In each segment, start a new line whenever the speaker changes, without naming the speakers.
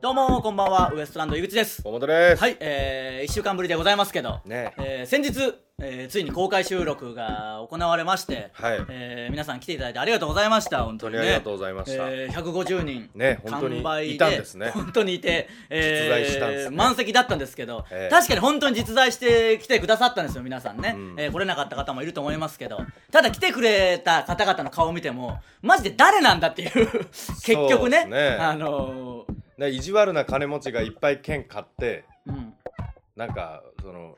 どうもこんばんはウエストランド井口です
小本です。
はいえー、1週間ぶりでございますけど、
ね
えー先日、えーついに公開収録が行われまして、
はい
えー皆さん来ていただいてありがとうございました本当に、ね、
本当にありがとうございました
えー150人
ね本当
完
に
売
いたんですね
本当にいて、
実在したんですね
満席だったんですけど、
ええ
確かに本当に実在して来てくださったんですよ皆さんね、
うん
えー来れなかった方もいると思いますけどただ来てくれた方々の顔を見てもマジで誰なんだっていう結局ね
そうですね
あのー
ね意地悪な金持ちがいっぱい券買って、
うん
なんか、その、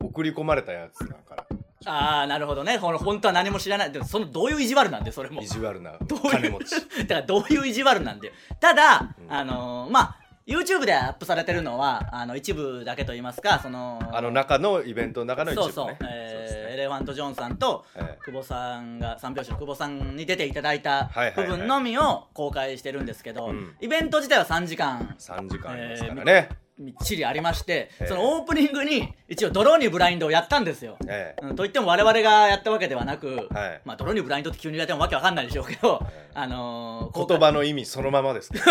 送り込まれたやつだか
ああなるほどねほら本当は何も知らないでもそのどういう意地悪なんでそれも
ら、意地悪な
どういう
金持ち。
だからどういう意地悪なんだよただ、
うん
あのーまあ YouTube でアップされてるのはあの一部だけと言いますかその
あの中のイベントの中の一部ね。
そうそう、
そう
え
です
ーエ
ね
レファント・ジョンさんと、
え
久保さんが三拍子の久保さんに出ていただいた
はいはい
部
はい
分のみを公開してるんですけど、
うん
イベント自体は3時間
3時間ありますからね。
みっちりありまして、
ええ
そのオープニングに一応「ドローニーブラインド」をやったんですよ、
ええ
うん、といっても我々がやったわけではなく、
はい
まあ、ドローニーブラインドって急に言われてもわけわかんないでしょうけど、
ええ
あのー公開
言葉の意味そのままですけど、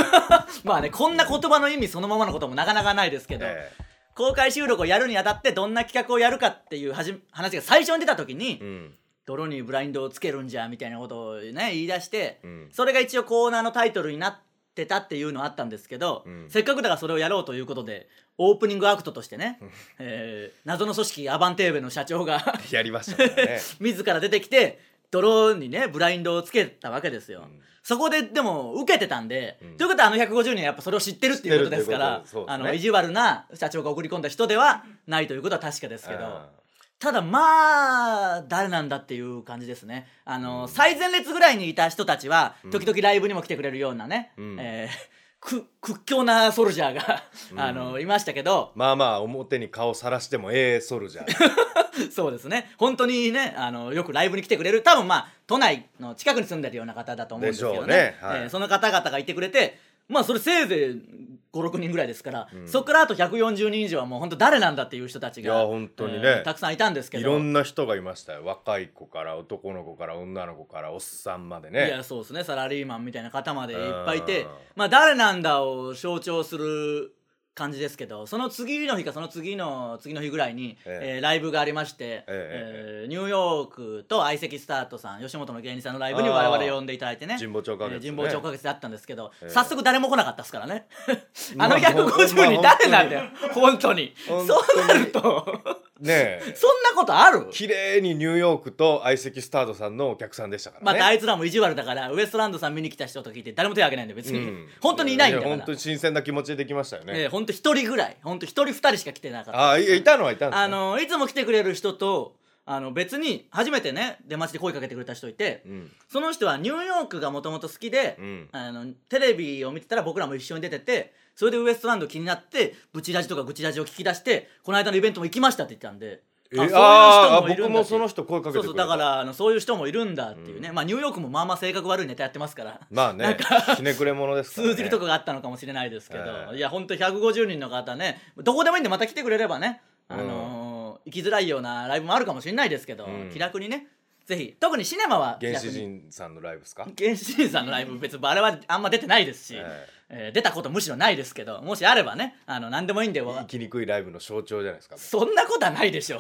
まあねこんな言葉の意味そのままのこともなかなかない ですけど、
え
公開収録をやるにあたってどんな企画をやるかっていうはじ話が最初に出た時に、
えうん
泥にブラインドをつけるんじゃみたいなことをね言い出して、
うん
それが一応コーナーのタイトルになってたっていうのはあったんですけど、
うん
せっかくだからそれをやろうということでオープニングアクトとしてね、えー謎の組織アバンテーベの社長が
やりましたからね。
自ら出てきて泥にねブラインドをつけたわけですよ、
ん
そこででも受けてたんで、
うん
ということはあの150人はやっぱそれを知ってるっていうことですから
知ってるっていうことそうです
あ
ね
の意地悪な社長が送り込んだ人ではないということは確かですけど。
あ
ただまあ誰なんだっていう感じですねあの、
うん
最前列ぐらいにいた人たちは
うん
時々ライブにも来てくれるようなね、
うん
えーく屈強なソルジャーが
うん
あの、いましたけど
ーまあまあ表に顔さらしてもええソルジャ ー。
そうですね本当にねあのよくライブに来てくれる多分まあ都内の近くに住んでるような方だと思うんですけどね
でしょうねはい
えーその方々がいてくれてまあそれせいぜい56人ぐらいですから、
うん
そこからあと140人以上はもう本当誰なんだっていう人たちが
いや本当にね
えーたくさんいたんですけど
いろんな人がいましたよ若い子から男の子から女の子からおっさんまでね
いやそうですねサラリーマンみたいな方までいっぱいいて
うん
まあ誰なんだを象徴する感じですけどその次の日かその次の次の日ぐらいに、
え
え
え
ーライブがありまして、
え
えーニューヨークと相席スタートさん吉本の芸人さんのライブに我々呼んでいただいてね
神保町花
え
月、ね、
ー神保町花月だったんですけど、
ええ
早速誰も来なかったですからねあの
まあ
150人誰なんだよ本当に
本当に
そうなると
ねえ
そんなことある
綺麗にニューヨークと相席スタートさんのお客さんでしたから
ま
ね
たあいつらも意地悪だからウエストランドさん見に来た人と聞いて誰も手を挙げないんで別
う
に、
ん
本当にいないんだか
や
ら
本当に新鮮な気持ちでできましたよね、
ええ本当一人ぐらい本当一人二人しか来てなかった
ああいいたのはいたんです、ね、
あのいつも来てくれる人とあの別に初めてね出待ちで声かけてくれた人いて
うん
その人はニューヨークがもともと好きで、
うん
あのテレビを見てたら僕らも一緒に出ててそれでウエストランド気になってブチラジとかグチラジを聞き出してこの間のイベントも行きましたって言ってたんで。
えああ
いる
僕
んだっ
も
てい
そうの人声かけて
そ
くれた
うそうだからあのそういう人もいるんだっていうね、
うん
まあニューヨークもまあまあ性格悪いネタやってますから
まあねひねくれ者ですから、ね、
通じるとこがあったのかもしれないですけど、
ええ
いや本当150人の方ねどこでもいいんでまた来てくれればね、あのー行きづらいようなライブもあるかもしれないですけど、
うん
気楽にねぜひ特にシネマは気楽に
原始人さんのライブですか、
原始人さんのライブ別にあれはあんま出てないですし、
え
えー出たことむしろないですけどもしあればねあの何でもいいんで
え
わ
生きにくいライブの象徴じゃないですか
そんなことはないで しょう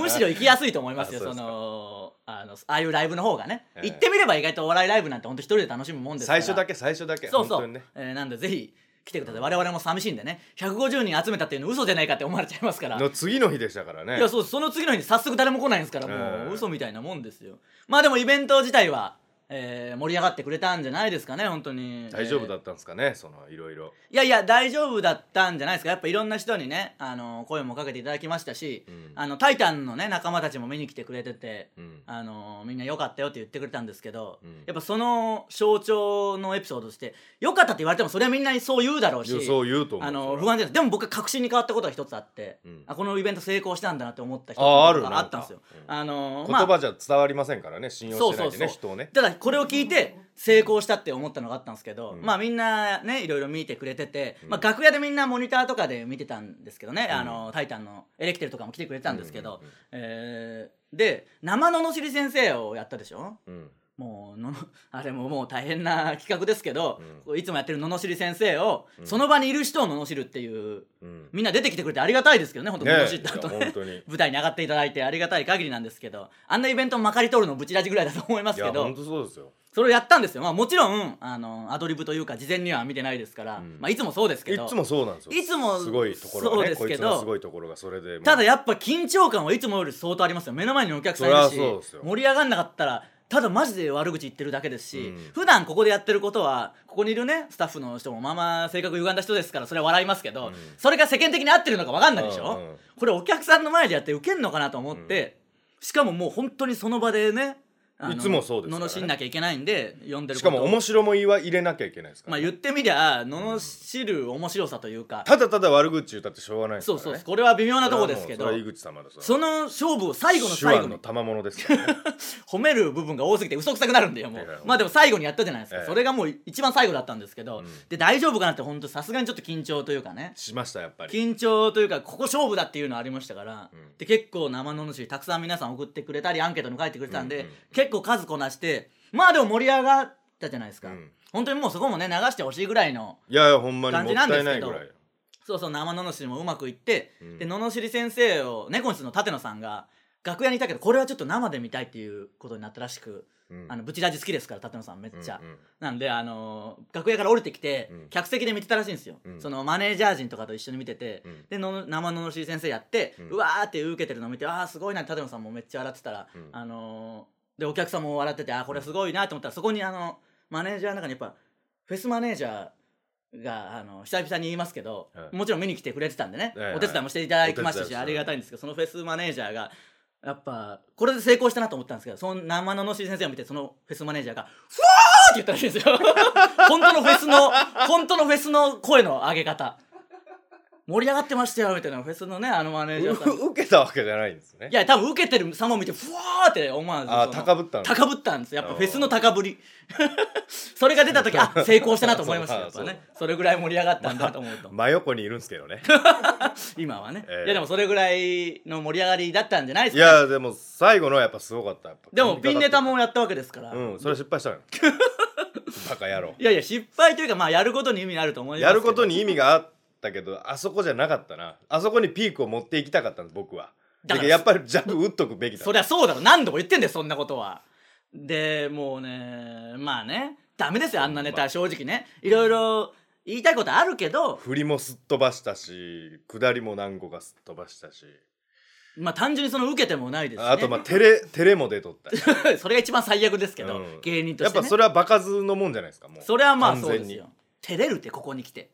むしろ行きやすいと思いますよ
あそ
そ
うですか
のあのああいうライブの方がね、
ええ
行ってみれば意外とお笑いライブなんて本当一人で楽しむもんですから
最初だけ最初だけ
そうそ
本当
う、
にね
えーなんでぜひ来てください我々も寂しいんでね150人集めたっていうの嘘じゃないかって思われちゃいますから、
の次の日でしたからね
いやそうその次の日に早速誰も来ないんですからもう、
うん
嘘みたいなもんですよまあでもイベント自体は、えー盛り上がってくれたんじゃないですかね本当に
大丈夫
え
だ
ー
ったんですかね、そのいろいろ
いやいや大丈夫だったんじゃないですかやっぱいろんな人にね、あの声もかけていただきましたし、
うん
あのタイタンのね仲間たちも見に来てくれてて、
うん
あのみんな良かったよって言ってくれたんですけど、
うん
やっぱその象徴のエピソードとして良かったって言われてもそれはみんなにそう言うだろうし
予想言うと思う
あの
そ
不
れは
安ですでも僕は確信に変わったことが一つあって、
うん
あこのイベント成功したんだなって思った一つ
あある
があったんですよ
なん。か
あの
言葉じゃ伝わりませんからね信用
そう
してな
そ
いうで
そう
ね人をね
ただこれを聞いて成功したって思ったのがあったんですけど、
うん
まあみんなねいろいろ見てくれてて、
うん
まあ、楽屋でみんなモニターとかで見てたんですけどね「あのタイタン」のエレキテルとかも来てくれてたんですけど、
うんうんうん
えーで生野のしり先生をやったでしょ
うん
もうののあれももう大変な企画ですけど
うん、
こういつもやってる罵り先生を、
うん
その場にいる人を罵るっていう
うん
みんな出てきてくれてありがたいですけどね本当
ね
罵った後ね
いや本 当に
舞台に上がっていただいてありがたい限りなんですけどあんなイベントまかり通るのブチラジぐらいだと思います
い
け
や
ど
本当そうですよ
それをやったんですよ、まあ、もちろんあのアドリブというか事前には見てないですから、
うん
まあ、いつもそうですけ
い
ど
つもそうなんですよ
いつも
すごいところが
そ
ね
うです
こ
け
いつ
ど
のすごいところがそれでもう
ただやっぱ緊張感はいつもより相当ありますよ目の前にお客さんいる
そ
し
りゃそうですよ
盛り上がんなかったらただマジで悪口言ってるだけですし、
うん
普段ここでやってることはここにいるねスタッフの人もまあまあ性格歪んだ人ですからそれは笑いますけど、
うん
それが世間的に合ってるのか分かんないでしょ、
うんうん
これお客さんの前でやってウケんのかなと思って、しかももう本当にその場でねあの
いつもそうですからね
罵んなきゃいけないんで読んでる
し
こと
か
を
も面白も言いは入れなきゃいけないですか
ま
ら
あ
ね、
言ってみりゃ罵る面白さというか、
ただただ悪口言ったってしょうがないですか
そう
ら、ね、
そうこれは微妙なとこですけ
そ
ど
れはもうそれは井口様だそれは
その勝負を最後の最後に
手腕の賜物ですからね
褒める部分が多すぎて嘘くさくなるんだよも
いやいうや
まあでも最後にやったじゃないですか、
ええ
それがもう一番最後だったんですけど、
うん
で大丈夫かなって本当さすがにちょっと緊張というかね
しました やっぱり
緊張というかここ勝負だっていうのありましたから、
うん
で結構生の主たくさん皆さん送ってくれたりアンケートに書いてくれたんで、
うんうん
結構数こなしてまあでも盛り上がったじゃないですか、
うん
本当にもうそこもね流してほしいぐらいの
いやいやほんまに
感
も
じ
っ
なんです
たい
け
ない
ど
ぐらい
そうそう生の主もうまくいって、
うん
でののしり先生を猫にすの舘野さんが楽屋にいたけどこれはちょっと生で見たいっていうことになったらしく、
うん
あのブチラジ好きですから舘野さんめっちゃ、
うんうん
なんであのー楽屋から降りてきて、
うん
客席で見てたらしいんですよ、
うん
そのマネージャー陣とかと一緒に見てて、
うん
での生ののしり先生やって、
う
うんわーって受けてるの見てああすごいなって舘野さんもめっちゃ笑ってたら、
うん
あのーでお客さんも笑っててあーこれすごいなと思ったらそこにあのマネージャーの中にやっぱフェスマネージャーがあの久々に言いますけど、
はい
もちろん見に来てくれてたんでね、
はいはい
お手伝いもしていただきました
お手伝いで
し
す
ありがたいんですけどそのフェスマネージャーがやっぱこれで成功したなと思ったんですけどその生ののしり先生を見てそのフェスマネージャーが「ふわー!」って言ったらしいん ですよ本当のフェスの本当のフェスの声の上げ方盛り上がってましたよみたいなフェスのねあのマネージャーさんいう
受けたわけじゃないんですね
や多分受けてる様を見てふわーって思わず
あー
その
高ぶったの
高ぶったんですやっぱフェスの高ぶり それが出た 時あ成功したなと思いましたやっぱ
そうそう
ねそれぐらい盛り上がったんだと思うと
真横にいるんです けどね
今はね、
ええ
いやでもそれぐらいの盛り上がりだったんじゃないで
い
すかね、
やでも最後のはやっぱすごかったやっぱ
でもピンネタもやったわけですから、
うんそれ失 敗したのよバカ野郎
いやいや失敗というかまあやることに意味あると思いますけど
やることに意味があったけどあそこじゃなかったなあそこにピークを持っていきたかったの僕は
だから
だけどやっぱりジャブ打っとくべきだ
そりゃそうだろ何度も言ってんだよそんなことはでもうねまあねダメですよあんなネ
ま
タ正直ねいろいろ言いたいことあるけど
振りもすっ飛ばしたし下りも何個かすっ飛ばしたし
まあ単純にその受けてもないですし、ね、
あとまあ照れ照れも出とった
それが一番最悪ですけど、
うん
芸人と
や
し、
って
ね、
ぱそれは場数のもんじゃないですかもう
それはまあ
完
そう
全
です
に
よ照れるってここに来て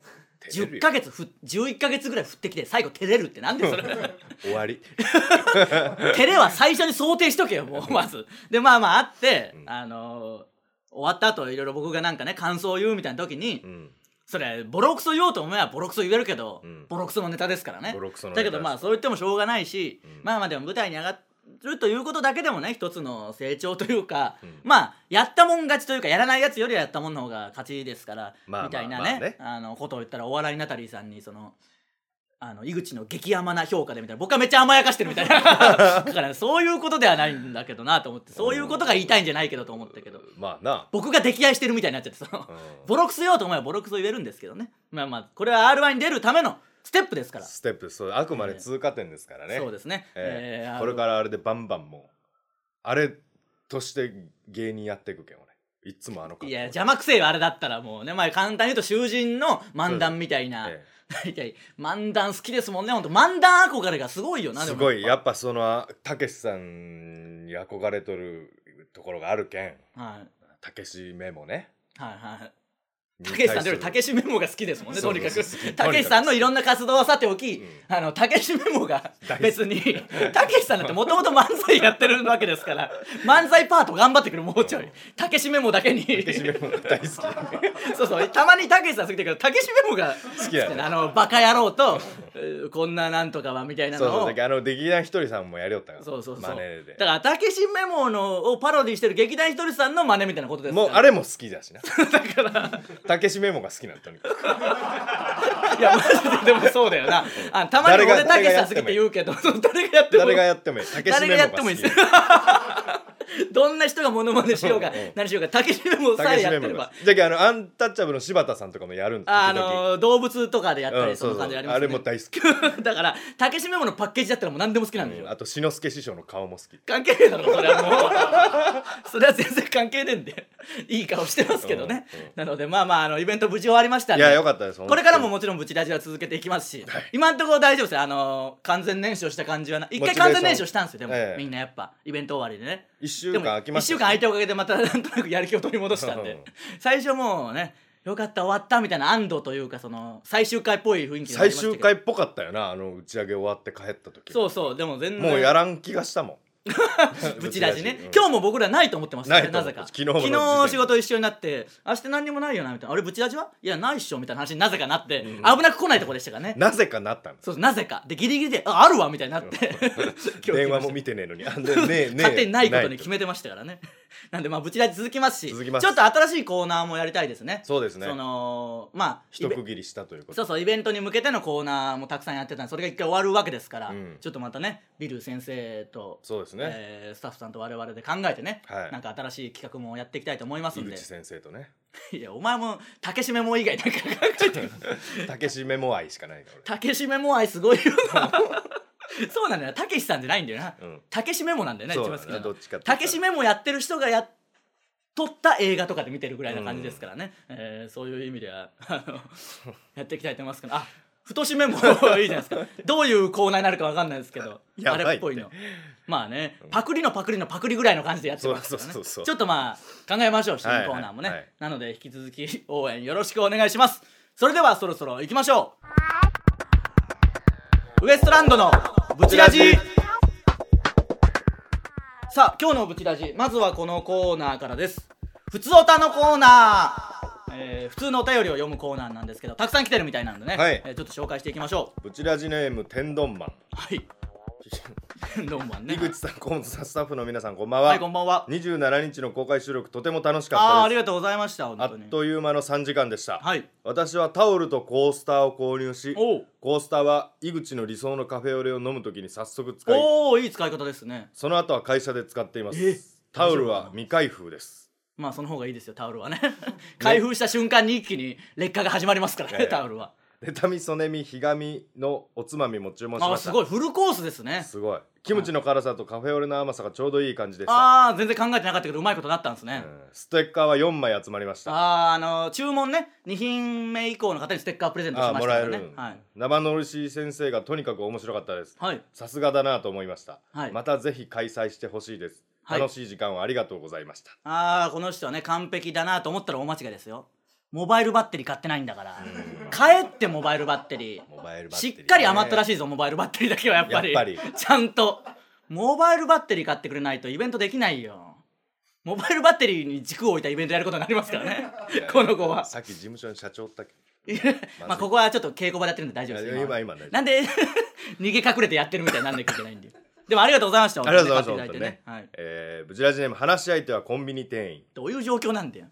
照れる
10
よ
ヶ月ふ11ヶ月ぐらい振ってきて最後照れるってなんでそれ
終わり
照れは最初に想定しとけよもうまずでまあまああって、
うん
あのー終わった後いろいろ僕がなんかね感想を言うみたいな時に、
うん
それボロクソ言おうと思えばボロクソ言えるけど、
うん
ボロクソのネタですからね
ボロクソのネタ
だ
です
けどまあそう言ってもしょうがないし、
うん
まあまあでも舞台に上がるということだけでもね一つの成長というか、
うん
まあやったもん勝ちというかやらないやつよりはやったもんの方が勝ちですから、
まあ
みたいなね,、
まあ
あ
まあね
のことを言ったらお笑いナタリーさんにその。あの井口の激甘な評価でみたいな僕はめっちゃ甘やかしてるみたい なだからそういうことではないんだけどなと思ってそういうことが言いたいんじゃないけどと思ったけど
まあな
僕が溺愛してるみたいになっちゃってその
うん
ボロクソ言おうと思えばボロクソ言えるんですけどねまあまあこれは r 1に出るためのステップですから、
ステップそうあくまで通過点ですからね、
そうですね、
え
え
え
ー
これからあれでバンバンもうあれとして芸人やっていくけん俺いっつもあの格好
いや邪魔くせえよあれだったらもうねまあ簡単に言うと囚人の漫談みたいな、
え
大体漫談好きですもんね本当漫談憧れがすごいよ
え
なですも
ごいやっぱそのあたけしさんに憧れとるところがあるけん
はい
たけしメモね
はいはいたけしさんというよりたけしメモが好きですもんね
そ
と
う
にか
そうそう
くたけしさんのいろんな活動はさておき
うん
あのたけしメモが
大好き
別にたけしさんだってもともと漫才やってるわけですから漫才パート頑張ってくるもうちょ
う
い
ん
たけしメモだけに
たけしメモが大好き
そうそうたまにたけしさん好きだけどたけしメモが好
きだよね
あのバカ野郎とえーこんななんとかはみたいな
そう
の
そう
を
だけどあの劇団ひとりさんもやりよったから
そうそうそう
マネで
だからたけしメモのをパロディしてる劇団ひとりさんの真似みたいなことですか
も
ら
うあれも好き だしなだからたけしメモが好きなのとにかく
いやマジででもそうだよなあたまに俺
誰 が
たけしさん好きって言うけどそう誰がやっても
誰がやってもいいたけしメモが好
誰
き
がやってもいいです どんな人がモノマネしよう
う
が
んうん
何しようが竹締めも さ
た
え
けし
や
メ
ってれ
モ
ば
がじゃけあのアンタッチャブルの柴田さんとかもやるんです
ああの動物とかでやったりその感じあります
あ
よね
れも大好き、
だから竹締めものパッケージだったらもう何でも好きなんでしょ、
うんあと志の輔師匠の顔も好き
関係ねえだろそれはもう それは全然関係ねえんでいい顔してますけどね、
うんうん
なのでまあまああのイベント無事終わりましたん
い
で
やよかったです
これからも
本
もちろんブチラジは続けていきますし、
はい
今んところ大丈夫ですよあの完全燃焼した感じはない一回
モチベー
完
ション
全燃焼したんですよでも、
ええ
みんなやっぱイベント終わりでね
当に一週
で
間
も
空きま
1
した
週
ね
間空いたおかげでまたなんとなくやる気を取り戻したん
う
で
ん
最初もうねよかった終わったみたいな安堵というかその最終回っぽい雰囲気になりま
最
したけど
終回っぽかったよなあの打ち上げ終わって帰った時
そうそうでも全然
もうやらん気がしたもん
ブチラ ジね、
うん
今日も僕らないと思ってましたね
ないと
な
思う
ぜか
昨日も
昨日仕事一緒になって明日何にもないよなみたいなあれブチラジはいやないっしょみたいな話になぜかなって、
ん
危なく来ないとこでしたからね
なぜかなったんです
そうなぜかでギリギリでああるわみたいになって 今日
電
来ま
話
し
も
た
見てねえのにあ でねえねえ
勝手にないことに決めてましたからねなんでまあブチラジ続きますし
続きます
ちょっと新しいコーナーもやりたいですね
そうですね
そのまあイ
一
ベ
区切りしたということ
そうそうイベントに向けてのコーナーもたくさんやってたんでそれが一回終わるわけですから、
うん
ちょっとまたねビル先生と
そうですね、
えースタッフさんと我々で考えてね、
はい
なんか新しい企画もやっていきたいと思います
井
んで
口先生とね
いやお前も竹しめも以外なんか考えてる
たけしメモ愛しかないから
竹しめも愛すごいよなそうなんだよたけしさんじゃないんだよな
俺うん
竹しめもなんだよな一
そう
番
だ
好
ね
きな
ど
の
っちかって言ったら
竹しめもやってる人がやっ撮った映画とかで見てるぐらいな感じですからね、えーそういう意味ではあのやっていきたいと思いますけどあ太しめもいいじゃないですかどういうコーナーになるかわかんないですけど
や
あ
ばいって
れっぽいのまあねパクリのパクリのパクリぐらいの感じでやってますからね
そうそうそうそう
ちょっとまあ考えましょう新
はいはい
コーナーもね、
はい
なので引き続き応援よろしくお願いしますそれではそろそろ行きましょうウエストランドのブチラジさあ今日のブチラジまずはこのコーナーからです普通おたのコーナー、えー普通のお便りを読むコーナーなんですけどたくさん来てるみたいなんでね、
はい
えーちょっと紹介していきましょう
ブチラジネーム天丼マン
はい どうもね
井口さん河本さんスタッフの皆さんこんばんは、
はいこんばんは
27日の公開収録とても楽し
ああーあ
かった
り
です
がとうございました本
あ
当に
っという間の3時間でした、
はい
私はタオルとコースターを購入し
おう
コースターは井口の理想のカフェオレを飲むときに早速使い
おーいい使い方ですね
その後は会社で使っていま
え
すタオルは未開封です
まあその方がいいですよタオルは ね開封した瞬間に一気に劣化が始まりますから
え
ね
え
タオルは
妬みそねみひがみのおつまみも注文し
あ
ま
あ
し
す
た
ごいフルコースですね
すごいキムチの辛さとカフェオレの甘さがちょうどいい感じでした、
ああ全然考えてなかったけどうまいことなったんですね、
うんステッカーは4枚集まりました
あああのー注文ね2品目以降の方にステッカープレゼントし
あー
まし
も
た
ら
か
え
ら
る、
ねはい
生のりし先生がとにかく面白かったです
はい
さすがだなと思いました、
はい
またぜひ開催してほしいです、
はい
楽しい時間をありがとうございました
ああこの人はね完璧だなと思ったら大間違いですよモバイルバッテリー買ってないんだから買えってモバイルバッテリー
モバイルバッテリー
し
ね
っかり余ったらしいぞモバイルバッテリーだけはやっぱり
やっぱり
ちゃんとモバイルバッテリー買ってくれないとイベントできないよモバイルバッテリーに軸を置いたイベントやることになりますからねこの子は
さっき事務所の社長だっけ
まあここはちょっと稽古場でやってるんで大丈夫です
いや
よ
今今大丈夫
なんで 逃げ隠れてやってるみたいになんなきゃいけないんででもありがとうございました
ありがとうございま
本当
した、
に買って
ね
いただいてねはい
えー、ブチラジネーム話し相手はコンビニ店員
どういう状況なんだよ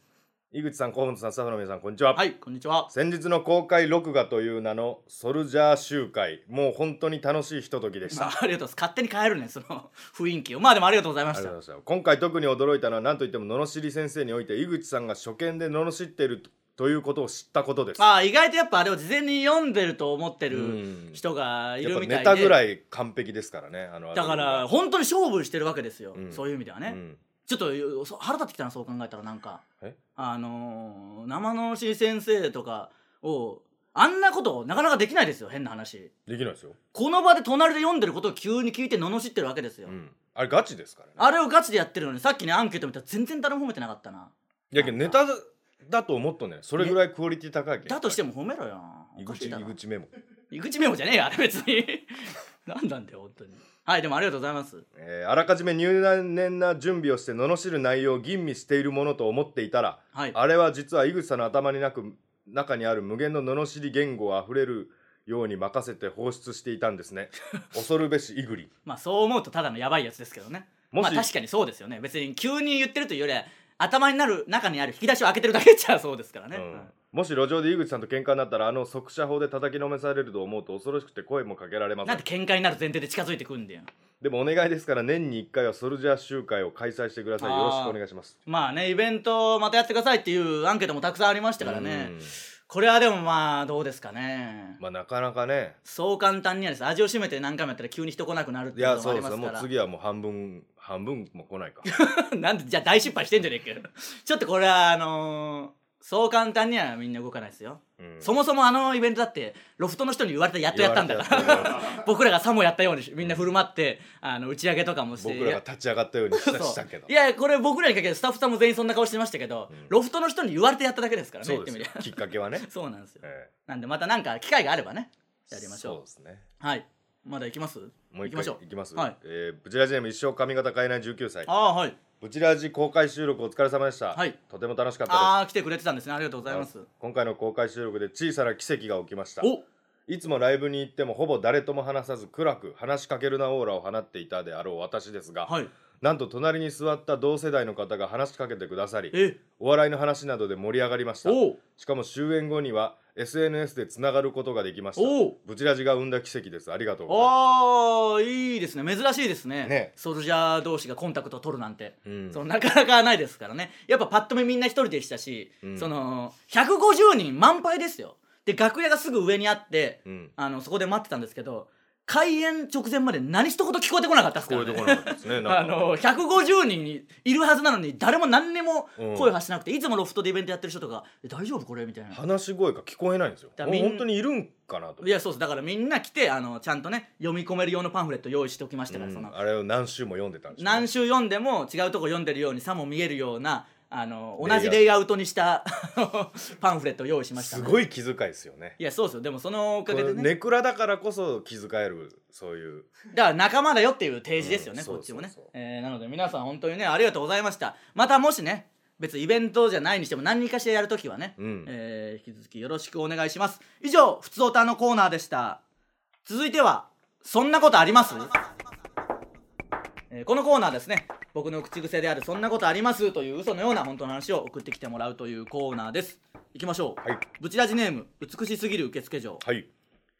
井口さん河本さんスタッフの皆さんこんにちは、
はいこんにちは
先日の公開録画という名のソルジャー集会もう本当に楽しいひとときでした、
まあ、 ありがとうございます勝手に変えるねその雰囲気をまあでもありがとうございま
あ
し
りがと
た
うございました今回特に驚いたのは何といっても罵り先生において井口さんが初見で罵っているということを知ったことです
まあ意外とやっぱあれを事前に読んでると思って
うん
る人がい
や
る
っぱ
みたいで
ネタぐらい完璧ですからねあの
だから本当に勝負してるわけですよ、
うん
そういう意味ではね、
うん
ちょっとそ腹立ってきたなそう考えたらなんか
え
あのー生のし先生とかをあんなことなかなかできないですよ変な話
できないですよ、
この場で隣で読んでることを急に聞いて罵ってるわけですよ、
うんあれガチですからね
あれをガチでやってるのにさっきねアンケート見たら全然誰も褒めてなかったない
やけどネタだと思っとんねそれぐらいクオリティ高いけん
だとしても褒めろよお
井
かし
口
いだ
井
ろ
口メモ、
井口メモじゃねえよあれ別に 何なんだよ本当にはいでもありがとうございます
えーあらかじめ入念な準備をして罵る内容を吟味しているものと思っていたら
はい
あれは実は井口さんの頭になく中にある無限の罵り言語あふれるように任せて放出していたんで すね恐るべし井口
まあそう思うとただのやばいやつですけどね
も
ま
し
あ確かにそうですよね別に急に言ってるというよりは頭になる中にある引き出しを開けてるだけじゃそうですからね、
うん
はい
もし路上で井口さんと喧嘩になったらあの速射砲で叩きのめされると思うと恐ろしくて声もかけられませ
なんんで喧嘩になる前提で近づいてくんだよ
でもお願いですから年に1回はソルジャー集会を開催してください
あー
よろしくお願いします
まあねイベントまたやってくださいっていうアンケートもたくさんありましたからね
うん
これはでもまあどうですかね
まあなかなかね
そう簡単にはです味を占めて何回もやったら急に人来なくなるって
い
いう
や
のも
そ
あ
う
り
で
ますす
ねも
か
う
ら
次はもう半分半分も来な いか
なんでじゃあ大失敗してんじゃねえかよちょっとこれはあのーそう簡単にはみんな動かないですよ、
うん
そもそもあのイベントだってロフトの人に言われてやっとやったんだか
言われてや
ら僕らがさもやったようにしみんな振る舞ってあの打ち上げとか もして
僕らが立ち上がったようにした
そう
したけど
いやこれ僕らにかけてスタッフさんも全員そんな顔してましたけど、
うん
ロフトの人に言われてやっただけですからね
そ
言
う
っ
で
てみ
す
りゃ
よきっかけはね
そうなんですよ
え
なんでまたなんか機会があればね
え
やりましょう
そうですね
はいまだ行きます
もう
行
一
きま
回
しょう
いきます
はい
えーブチラジネーム一生髪型変えない19歳
ああはい
ブチラジ公開収録お疲れ様でした
はい
とても楽しかったです
ああ来てくれてたんですねありがとうございます、
今回の公開収録で小さな奇跡が起きました
お
いつもライブに行ってもほぼ誰とも話さず暗く話しかけるなオーラを放っていたであろう私ですが、
はい
なんと隣に座った同世代の方が話しかけてくださり
え
お笑いの話などで盛り上がりました
おう
しかも終演後には SNS でつながることができました
おう
ブチラジが生んだ奇跡ですありがとうございま
ああいいですね珍しいですね
ね
ソルジャー同士がコンタクトを取るなんて、
す、うん
そのなかなかないですからねやっぱパッと見みんな一人でしたし、
うん
その150人満杯ですよで楽屋がすぐ上にあって、
うん
あのそこで待ってたんですけど開演直前まで何一言聞こえてこなかったですか
聞こ
らね
えてこなかったですねな
あ
んか
の150人いるはずなのに誰も何にも声発しなくて、いつもロフトでイベントやってる人とか「え大丈夫これ?」みたいな
話し声が聞こえないんですよ
だからみん
本当にいるんかなと
いやそうですだからみんな来てあのちゃんとね読み込める用のパンフレット用意しておきましたから、
うん
その
あれを何週も読んでたんですよね
何週読んでも違うとこ読んでるようにさも見えるようなあの
レイ
同
アウト
じレイアウトにしたパンフレットを用意しました
す
ね、
ごい気遣いですよね
いやそうですよでもそのおか
こ
げで
れ
ね
ネクラだからこそ気遣えるそういう
だから仲間だよっていう提示ですよね、
うん
こっちもね
そうそう
えーなので皆さん本当にねありがとうございましたまたもしね別にイベントじゃないにしても何かしらやるときはね、
うん
えー引き続きよろしくお願いします以上ふつおたのコーナーでした続いてはそんなことありますえーこのコーナーですね僕の口癖である「そんなことあります」という嘘のような本当の話を送ってきてもらうというコーナーですいきましょう、
はい
ブチラジネーム美しすぎる受付嬢
はい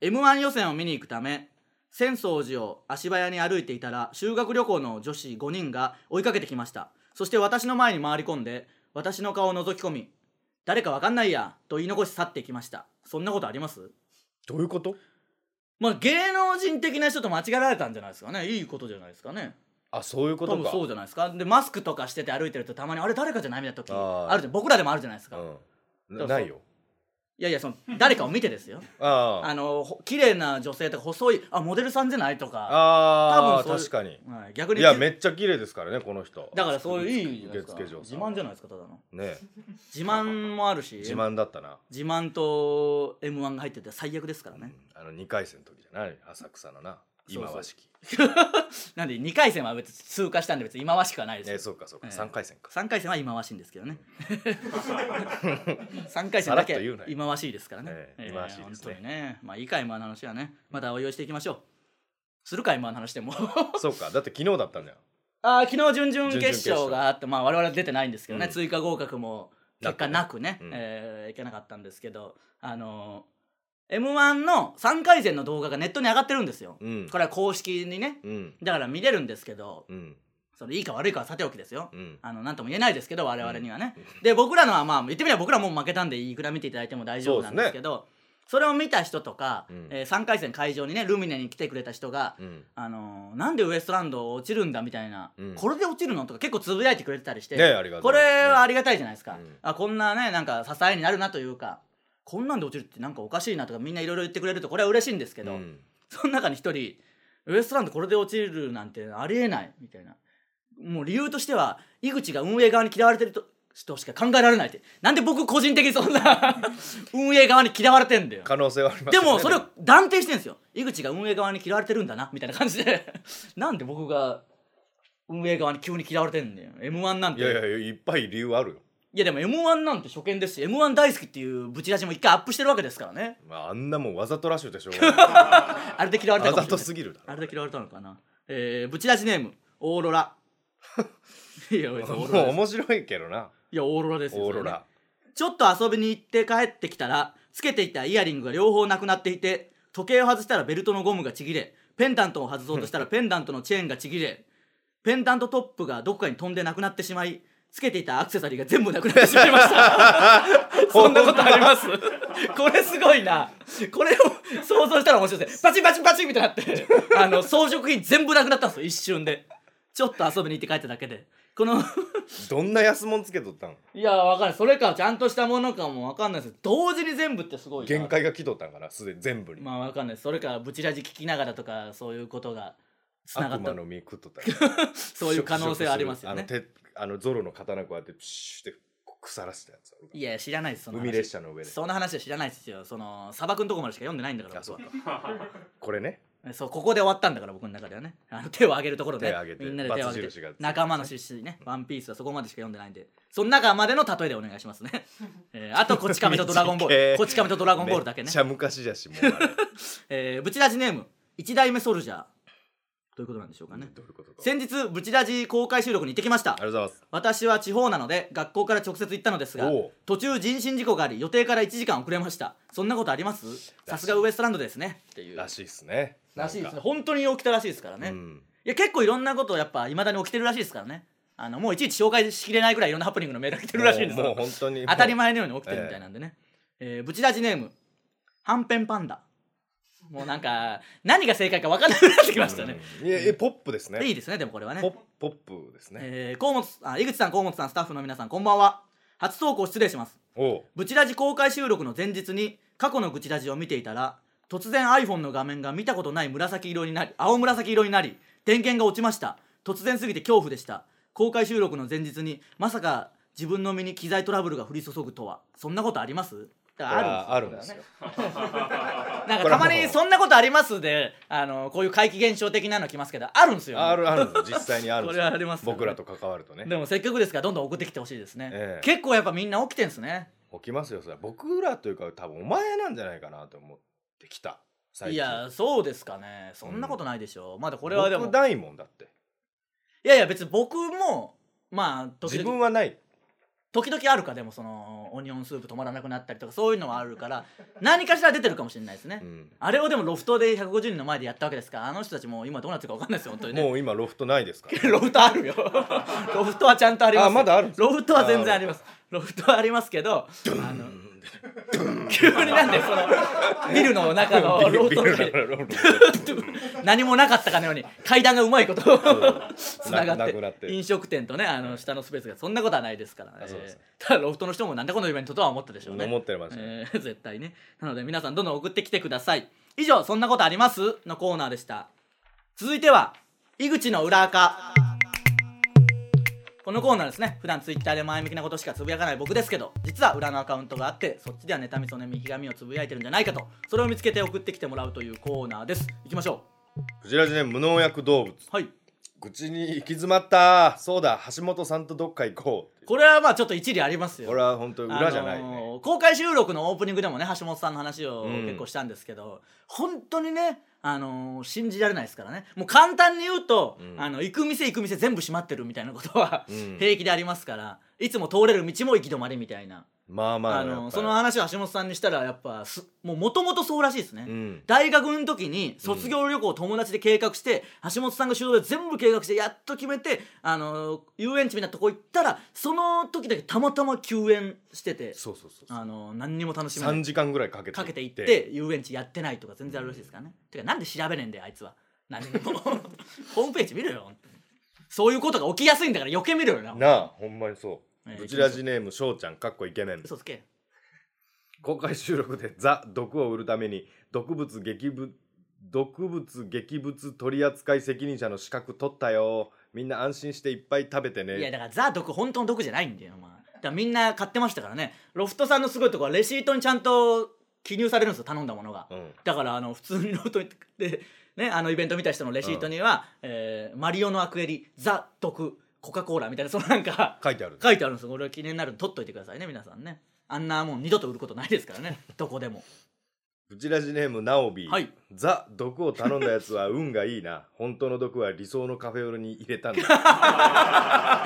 m 1予選を見に行くため浅草寺を足早に歩いていたら修学旅行の女子5人が追いかけてきましたそして私の前に回り込んで私の顔を覗き込み「誰かわかんないや」と言い残し去っていきましたそんなことあります
どういうこと
まあ芸能人的な人と間違えられたんじゃないですかねいいことじゃないですかね
あそういうこ
多
と
分
か
そうじゃないですかでマスクとかしてて歩いてるとたまに「あれ誰かじゃない?」みたいな時
あ
あ
ー
るじゃん僕らでもあるじゃないですか、い
うん
だ
な
からそう
ないよ
やいやその誰かを見てですよ
あ
あのほ綺麗な女性とか細いあモデルさんじゃないとか
あ
多分
あ
そういう
確かに
はい、逆に
いやめっちゃ綺麗ですからねこの人
だからそういういいじゃないで
受
すか
付嬢
自
さん
慢じゃないですかただの
ね
自慢もあるし
自慢だったな
自慢と m 1が入ってて最悪ですからね、
あの二回戦の時じゃない浅草のな
そうそう
今和式
なんで2回戦は別に通過したんで別に忌まわしくはないです
え
よ
そうかそう
え
か
え
三回戦か
3回戦は忌まわしいんですけどね 3回戦だけ
さらっと言うなよ
忌まわしいですからね、
ええ忌まわしいですね
本当にねまあいいか m 1の話はねまたお用意していきましょうするか m 1の話でも
そうかだって昨日だったんだよ
あー昨日準々
準々
決
決
勝
勝
があってまあ我々は出てないんですけどね、
うん
追加合格も結果な
な
くね
うん
えーいけなかったんですけどあの m 1の3回戦の動画がネットに上がってるんですよ、
うん
これは公式にね
うん
だから見れるんですけど
うん
それいいか悪いかはさておきですよ、
うん
あのなんとも言えないですけど我々にはね、で僕らのはまあ言ってみれば僕らもう負けたんでいくら見ていただいても大丈夫なんですけどそれを見た人とか、
うん
え3回戦会場にねルミネに来てくれた人が、
うん
あのーなんでウエストランド落ちるんだみたいな、
うん
これで落ちるのとか結構つぶやいてくれてたりして、
ねえありがとう
これはありがたいじゃないですか、
うん
あこんなねなんか支えになるなというかこんなんで落ちるってなんかおかしいなとかみんないろいろ言ってくれるとこれは嬉しいんですけど、
うん
その中に一人ウエストランドこれで落ちるなんてありえないみたいなもう理由としては井口が運営側に嫌われてると人しか考えられないってなんで僕個人的にそん な運営側に嫌われてんだよ
可能性はあります
で
よね
もそれを断定してるんですよ井口が運営側に嫌われてるんだなみたいな感じで なんで僕が運営側に急に嫌われてんだよ m 1なんて
いやいやいやいっぱい理由あるよ
いやでも m 1なんて初見ですし m 1大好きっていうブチラジも一回アップしてるわけですからね
まああんなもんわざとらしゅうでしょう がない
あれで嫌われた
あ
かもしれ
ざと
ない
すぎるだ
あ
ろ
れで嫌われたのかなえー、ブチラジネームオーロ ラいや別にオーロラ
もう
です
面白いけどない
やオーロラですよ
オーロ
それね
ラ
ちょっと遊びに行って帰ってきたらつけていたイヤリングが両方なくなっていて時計を外したらベルトのゴムがちぎれペンダントを外そうとしたらペンダントのチェーンがちぎれペンダントトップがどこかに飛んでなくなってしまいつけていたアクセサリーが全部なくなってしまいました そんなことあります これすごいなこれを 想像したら面白いですねパチンパチンパチンみたいになってあの装飾品全部なくなったんですよ一瞬でちょっと遊びに行って帰っただけでこの
どんな安物つけとったん
いやわかんないそれかちゃんとしたものかもわかんないです同時に全部ってすごいな
限界が来とったんかなすでに全部に、
まあわかんないそれかブチラジ聞きながらとかそういうことがつなが
悪
った
魔の実食っとったんや
そういう可能性はありますよね
食食るあの手あのゾロの刀こうやってプシュって腐らせたやつ
いや知らないですその
海列車の上で
そんな話は知らないですよその砂漠のとこまでしか読んでないんだから
あそ
僕
う
は
かこれね
そうここで終わったんだから僕の中ではねあの手を挙げるところで
手を挙げて
みんなで手を挙げ
バツ印が
て
ついてますね
仲間の出身ね「ワンピースはそこまでしか読んでないんでその中までの例えでお願いします ね、えーあと「こち亀とドラゴンボール」「こち亀とドラゴンボール」だけ
め
ね
っちゃ昔じゃしもうあれ
えー、ブチラジネーム一代目ソルジャーということなんでしょうかね
どういうことか
先日ブチラジ公開収録に行ってきました
ありがとうござい
私は地方なので学校から直接行ったのですが
おう
途中人身事故があり予定から1時間遅れましたそんなことありますさすがウエストランドですねっていう
ますらしいっすね
らしいです
な
ね
んか
本当に起きたらしいですからね、
う
い
ん
や結構いろんなことやっぱいまだに起きてるらしいですからねあのもういちいち紹介しきれないぐらいいろんなハプニングのメールが来てるらしいんです
もうもう
よ
本当に
当たり前のように起きてるみたいなんでね、えーブチラジネームはんぺんパンダもうなんか 何が正解か分かんなくなってきましたね、
うんいやいやポップですね
いいですねでもこれはね
ポッポップですね
えー、河本さんあ井口さん河本さんスタッフの皆さんこんばんは初投稿失礼します
おう
ブチラジ公開収録の前日に過去のブチラジを見ていたら突然 iPhone の画面が見たことない紫色になり青紫色になり電源が落ちました突然すぎて恐怖でした公開収録の前日にまさか自分の身に機材トラブルが降り注ぐとはそんなことあります
あるんですよ
なんかたまに「そんなことありますで」あのこういう怪奇現象的なの来ますけどあるんですよ
あるあるんです実際にあるん
こ
で
れ
す
は
よ
ありますよね
僕らと関わるとね
でもせっかくですからどんどん送ってきてほしいですね、
ええ
結構やっぱみんな起きてんすね
起きますよそれは僕らというか多分お前なんじゃないかなと思ってきた最近
いやそうですかねそんなことないでしょう、まだこ
こ
れはでも
僕ないもんだって
いやいや別に僕もまあ時
自
々
分はない
時々あるかでもそのオニオンスープ止まらなくなったりとかそういうのはある から何かしら出てるかもしれないですね、
うん
あれをでもロフトで150人の前でやったわけですからあの人たちもう今どうなってるか分かんないですよ本当にね
もう今ロフトないですか ら
ロフトある よロフトはちゃんとあります
あまだあるんです
ロフトは全然ありますロフトはありますけどあの急になんでそのビルの 中のロフトの中
ビ
に
ルのロフト
何もなかったかのように階段がうまいこと つながっ
ななくなってて
飲食店とねあの下のスペースがそんなことはないですからね
あそうです
ただロフトの人もなんだこのイベントとは思ったでしょうね
思ってましたね
えー絶 対ねなので皆さんどんどん送ってきてください以上「そんなことあります?」のコーナーでした続いては井口の裏垢このコーナーですね普段ツイッターで前向きなことしかつぶやかない僕ですけど実は裏のアカウントがあってそっちでは妬みそねみひがみをつぶやいてるんじゃないかとそれを見つけて送ってきてもらうというコーナーですいきましょ
クジラジネ無農薬動
う
物
はい
愚痴に行き詰まったそうだ橋本さんとどっか行こう
これはまあちょっと一理ありますよ
これは本当に裏じゃないね、
あのー公開収録のオープニングでもね橋本さんの話を
うん
結構したんですけど、本当にねあのー信じられないですからねもう簡単に言うと、
うん
あの行く店行く店全部閉まってるみたいなことは、
うん
平気でありますからいつも通れる道も行き止まりみたいな、
まあまあ
あのーその
やっぱ
話を橋本さんにしたらやっぱすもう元々そうらしいですね、
りうん
大学の時に卒業旅行を友達で計画して、橋本さんが主導で全部計画してやっと決めて、あのー遊園地みたいなとこ行ったらその時だけたまたま休園してて
そうそうそうそう
あのー何にも楽しめない
3時間ぐらいかけて
かけて行って遊園地やってないとか全然あるらしいですからね、てかなんで調べねえんだよあいつは何に もホームページ見ろよ本当にそういうことが起きやすいんだから余計見ろよな
なあほんまにそう、
ええ
ブチラジネームしょうちゃんかっこイケメン
嘘つけ
公開収録でザ・毒を売るために毒物劇物毒物劇物取扱責任者の資格取ったよみんな安心していっぱい食べて
いや
ね
だからザ・毒本当の毒じゃないんだよ、まあ、だからみんな買ってましたからねロフトさんのすごいとこはレシートにちゃんと記入されるんですよ頼んだものが、
うん
だからあの普通にロフトにで、ね、あのイベント見た人のレシートには、えーマリオのアクエリザ・毒コカ・コーラみたいなそのなんか
書いてある
書いてあるんですよこれ は記念になるんで取っといてくださいね皆さんねあんなもん二度と売ることないですからねどこでも
ブチラジネームナオビー、
はい
ザ毒を頼んだやつは 運がいいな本当の毒は理想のカフェオレに入れたんだ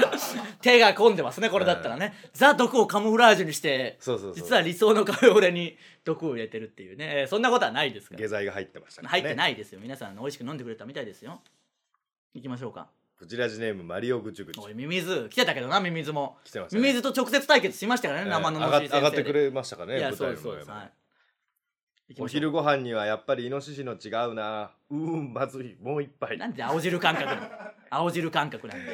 手が込んでますねこれだったらね、ザ毒をカモフラージュにして
そうそうそう
実は理想のカフェオレに毒を入れてるっていうねえーそんなことはないですから
下剤が入ってましたから
入
ね
ってないですよ皆さん美味しく飲んでくれたみたいですよ行きましょうか
ブチラジネームマリオグチュグチ
おいミミズ来てたけどなミミズも
来てました
ミ
ね
ミズと直接対決しましたからね、
えー
生の
上
の
が
しり先生
上がって
で
くれましたかね
いや
舞
そうで
台
すそ
の
う
上
です
も
はい行き
お
ましょ
昼ご飯にはやっぱりイノシシの違うなうーんまずいもう一
う
杯
なんで青汁感覚なの青汁感覚なんで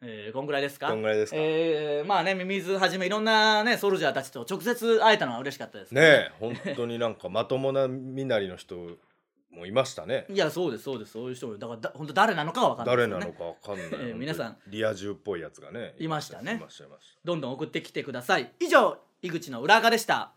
えー、こんぐらいですか
どんぐらいですか、
えー、まあねミミズはじめいろんなねソルジャーたちと直接会えたのは嬉しかったですけど
ねえ本当になんかまともな身なりの人もいましたね
いやそうですそうですそういう人もだからだ本当誰なのかは分かんないで
誰
すよ
な
ね
のかわかんない、
えー皆さん
本当にリア充っぽいやつがね
いましたね
いましたいまし
どんどん送ってきてください以上井口の裏垢でした、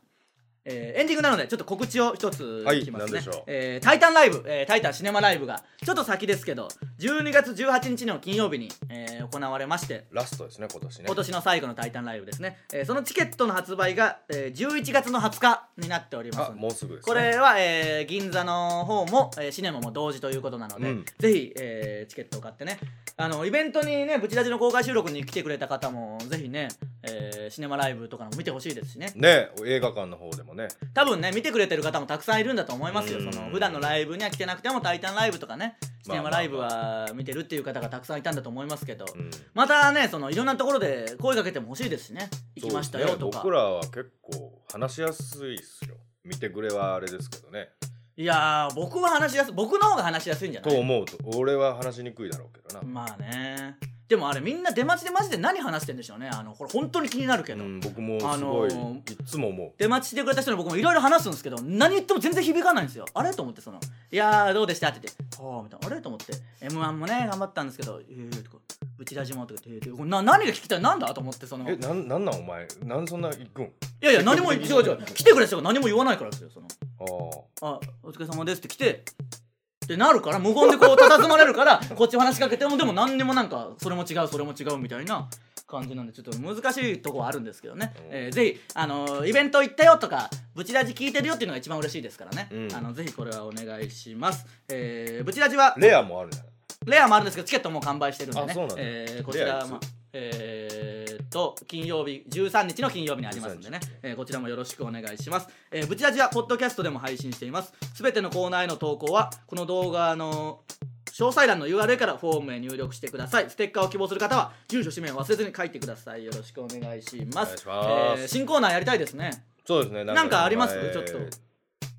えーエンディングなのでちょっと告知を一つ
はい
いきます
何
ね、
でしょう
えータイタンライブ、えータイタンシネマライブがちょっと先ですけど12月18日の金曜日に、えー行われまして
たラストですね今年ね
今年の最後の「タイタンライブ」ですね、えーそのチケットの発売が、えー11月の20日になっておりま
あ
すんで
もうすぐです、ね、
これは、えー銀座の方も、えーシネマも同時ということなので、
うん
ぜひ、えーチケットを買ってねあのイベントにねブチラジの公開収録に来てくれた方もぜひね、えーシネマライブとかも見てほしいですしね
ね映画館の方でもね
多分ね見てくれてる方もたくさんいるんだと思いますよ
う
そ
ん
の普段のライブには来てなくても「タイタンライブ」とかねシ
まあ
ネマライブは見てるっていう方がたくさんいたんだと思いますけど、
うん
またねそのいろんなところで声かけても欲しいですしね行きましたよ
そう
と
です
か、
ね僕らは結構話しやすいっすよ見てくれはあれですけどね
いやー僕は話しやすい僕の方が話しやすいんじゃない
と思うと俺は話しにくいだろうけどな、
まあねでもあれみんな出待ちでマジで何話してんでしょうねあのこれ本当に気になるけど、
うん、僕もすごい、
あのー
いつも思
出待ちしてくれた人に僕もいろいろ話すんですけど何言っても全然響かないんですよあれと思ってその「いやーどうでした?」って言って「ああ」みたいな「あれ?」と思って「m 1もね頑張ったんですけど「ええー」とか「うちラジも」とか言って「えー、これな何が聞きたいなんだ?」と思ってその「
うえ
い
なんなんなんお前なんそんな行くん
やいや何も違う違う来てくれた人が何も言わないからですよその
ああ
あお疲れ様ですって来てってなるから無言でこう佇まれるから こっち話しかけてもでも何にもなんかそれも違うそれも違うみたいな感じなんでちょっと難しいとこはあるんですけどね、
うん
えーぜひ、あのーイベント行ったよとかブチラジ聞いてるよっていうのが一番嬉しいですからね、
うん
あのぜひこれはお願いします、えー、ブチラジは
レアもあるね
レアもあるんですけどチケットもう完売してるんで
あ
ね
そうなんだ
えーこち
レアい
ら
つ
まあえーっと金曜日13日の金曜日にありますんでね
13日、
えーこちらもよろしくお願いします、えー、ブチラジはポッドキャストでも配信していますすべてのコーナーへの投稿はこの動画の詳細欄の URL からフォームへ入力してくださいステッカーを希望する方は住所氏名を忘れずに書いてくださいよろしくお願いします
お願いします
えー新コーナーやりたいですね
そうですねな
なんかあります
前
ちょっと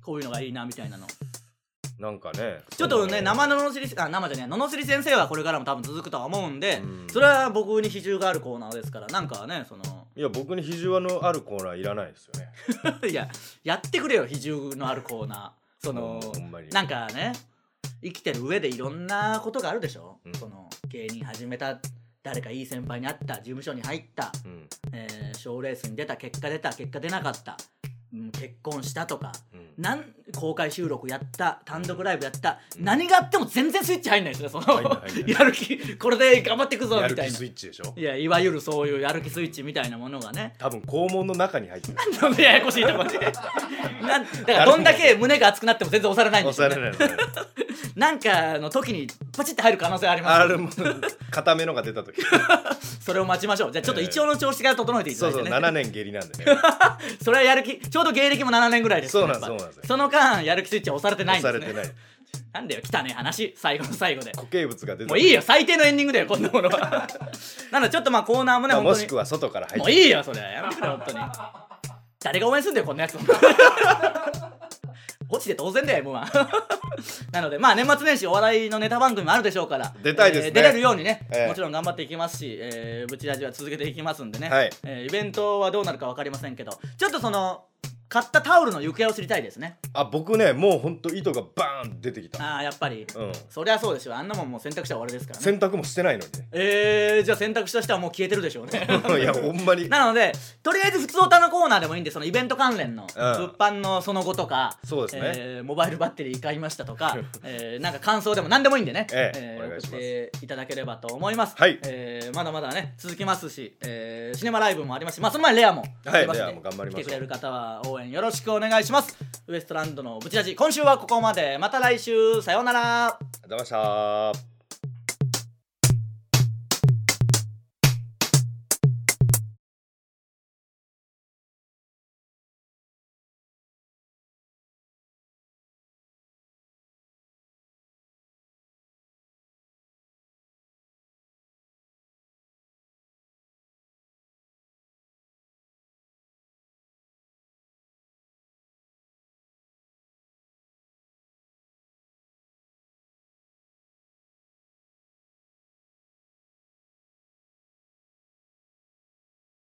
こういうのがいいなみたいなの
なんかね
ちょっと
そ
ね
の
生のののしりあ生じゃねえののしり先生はこれからも多分続くとは思うんで
うん
それは僕に比重があるコーナーですからなんかねそ の
いや僕に比重のあるコーナーいらないですよね
いややってくれよ比重のあるコーナーその
ほんまに
なんかね生きてる上でいろんなことがあるでしょ、
うん
その芸人始めた誰かいい先輩に会った事務所に入った
うん
えー賞、レースに出た結果出た結果出なかった、うん、結婚したとか
うん
なん公開収録やった単独ライブやった、何があっても全然スイッチ入んないですねその
入んない入んない
やる気これで頑張っていくぞ
や
み
る
た
気
いな
スイッチでしょ
いやいわゆるそういうやる気スイッチみたいなものがね
多分肛門の中に入っ てる
なんでややこしいとこでなんだからどんだけ胸が熱くなっても全然押されないんです
押
よ、
され
ね、
ないのね
なんかの時にパチって入る可能性あります
あ
よ
るもの固めのが 出た時
それを待ちましょうじゃあちょっと一応の調子から整えていた
そ
だ
う
い
そ
て
う
ね
7年下痢なん でね
それはやる気ちょうど芸歴も7年ぐらいですから
そうなん
やっぱ
そうなんですよ
その間やる気スイッチは押されてな
押
いんで
さ
すね
れてない
なんだよ汚ねえ話最後の最後で
固形物が出た
もういいよ最低のエンディングだよこんなもの はなのでちょっとまあコーナーもね
まあ
本
も
当
し
に
くは外から入っ
も
て
ういいよそれやめてくれ本当に誰が応援すんだよこんなやつ 落ちて当然だよ m 1 なのでまあ年末年始お笑いのネタ番組もあるでしょうから
出たいですね
えー出れるようにね、
ええ
もちろん頑張っていきますし、えー、ブチラジは続けていきますんでね、
はい
えーイベントはどうなるか分かりませんけどちょっとその買ったタオルの行方を知りたいですね
あ僕ねもうほんと糸がバーン出てきた
ああやっぱり、
うん
そりゃそうでしょあんなもんもう選択肢は終わりですからね
洗濯もしてないのにね
えー、じゃあ選択肢としてはもう消えてるでしょうね
いやほんまに
なのでとりあえず普通歌のコーナーでもいいんでそのイベント関連の
うん
物販のその後とか、
そうですね
えーモバイルバッテリー買いましたと か、えーなんか感想でも何でもいいんでね、
ええお願いしま
送っ
す
ていただければと思います、
はい
えーまだまだね続きますし、えーシネマライブもありますし、まあ、その前にレアもありますんで、
レアも頑張りましょう
来てくれる方は応援よろしくお願いしますウエストランドのブチラジ今週はここまでまた来週さようなら
がとうございました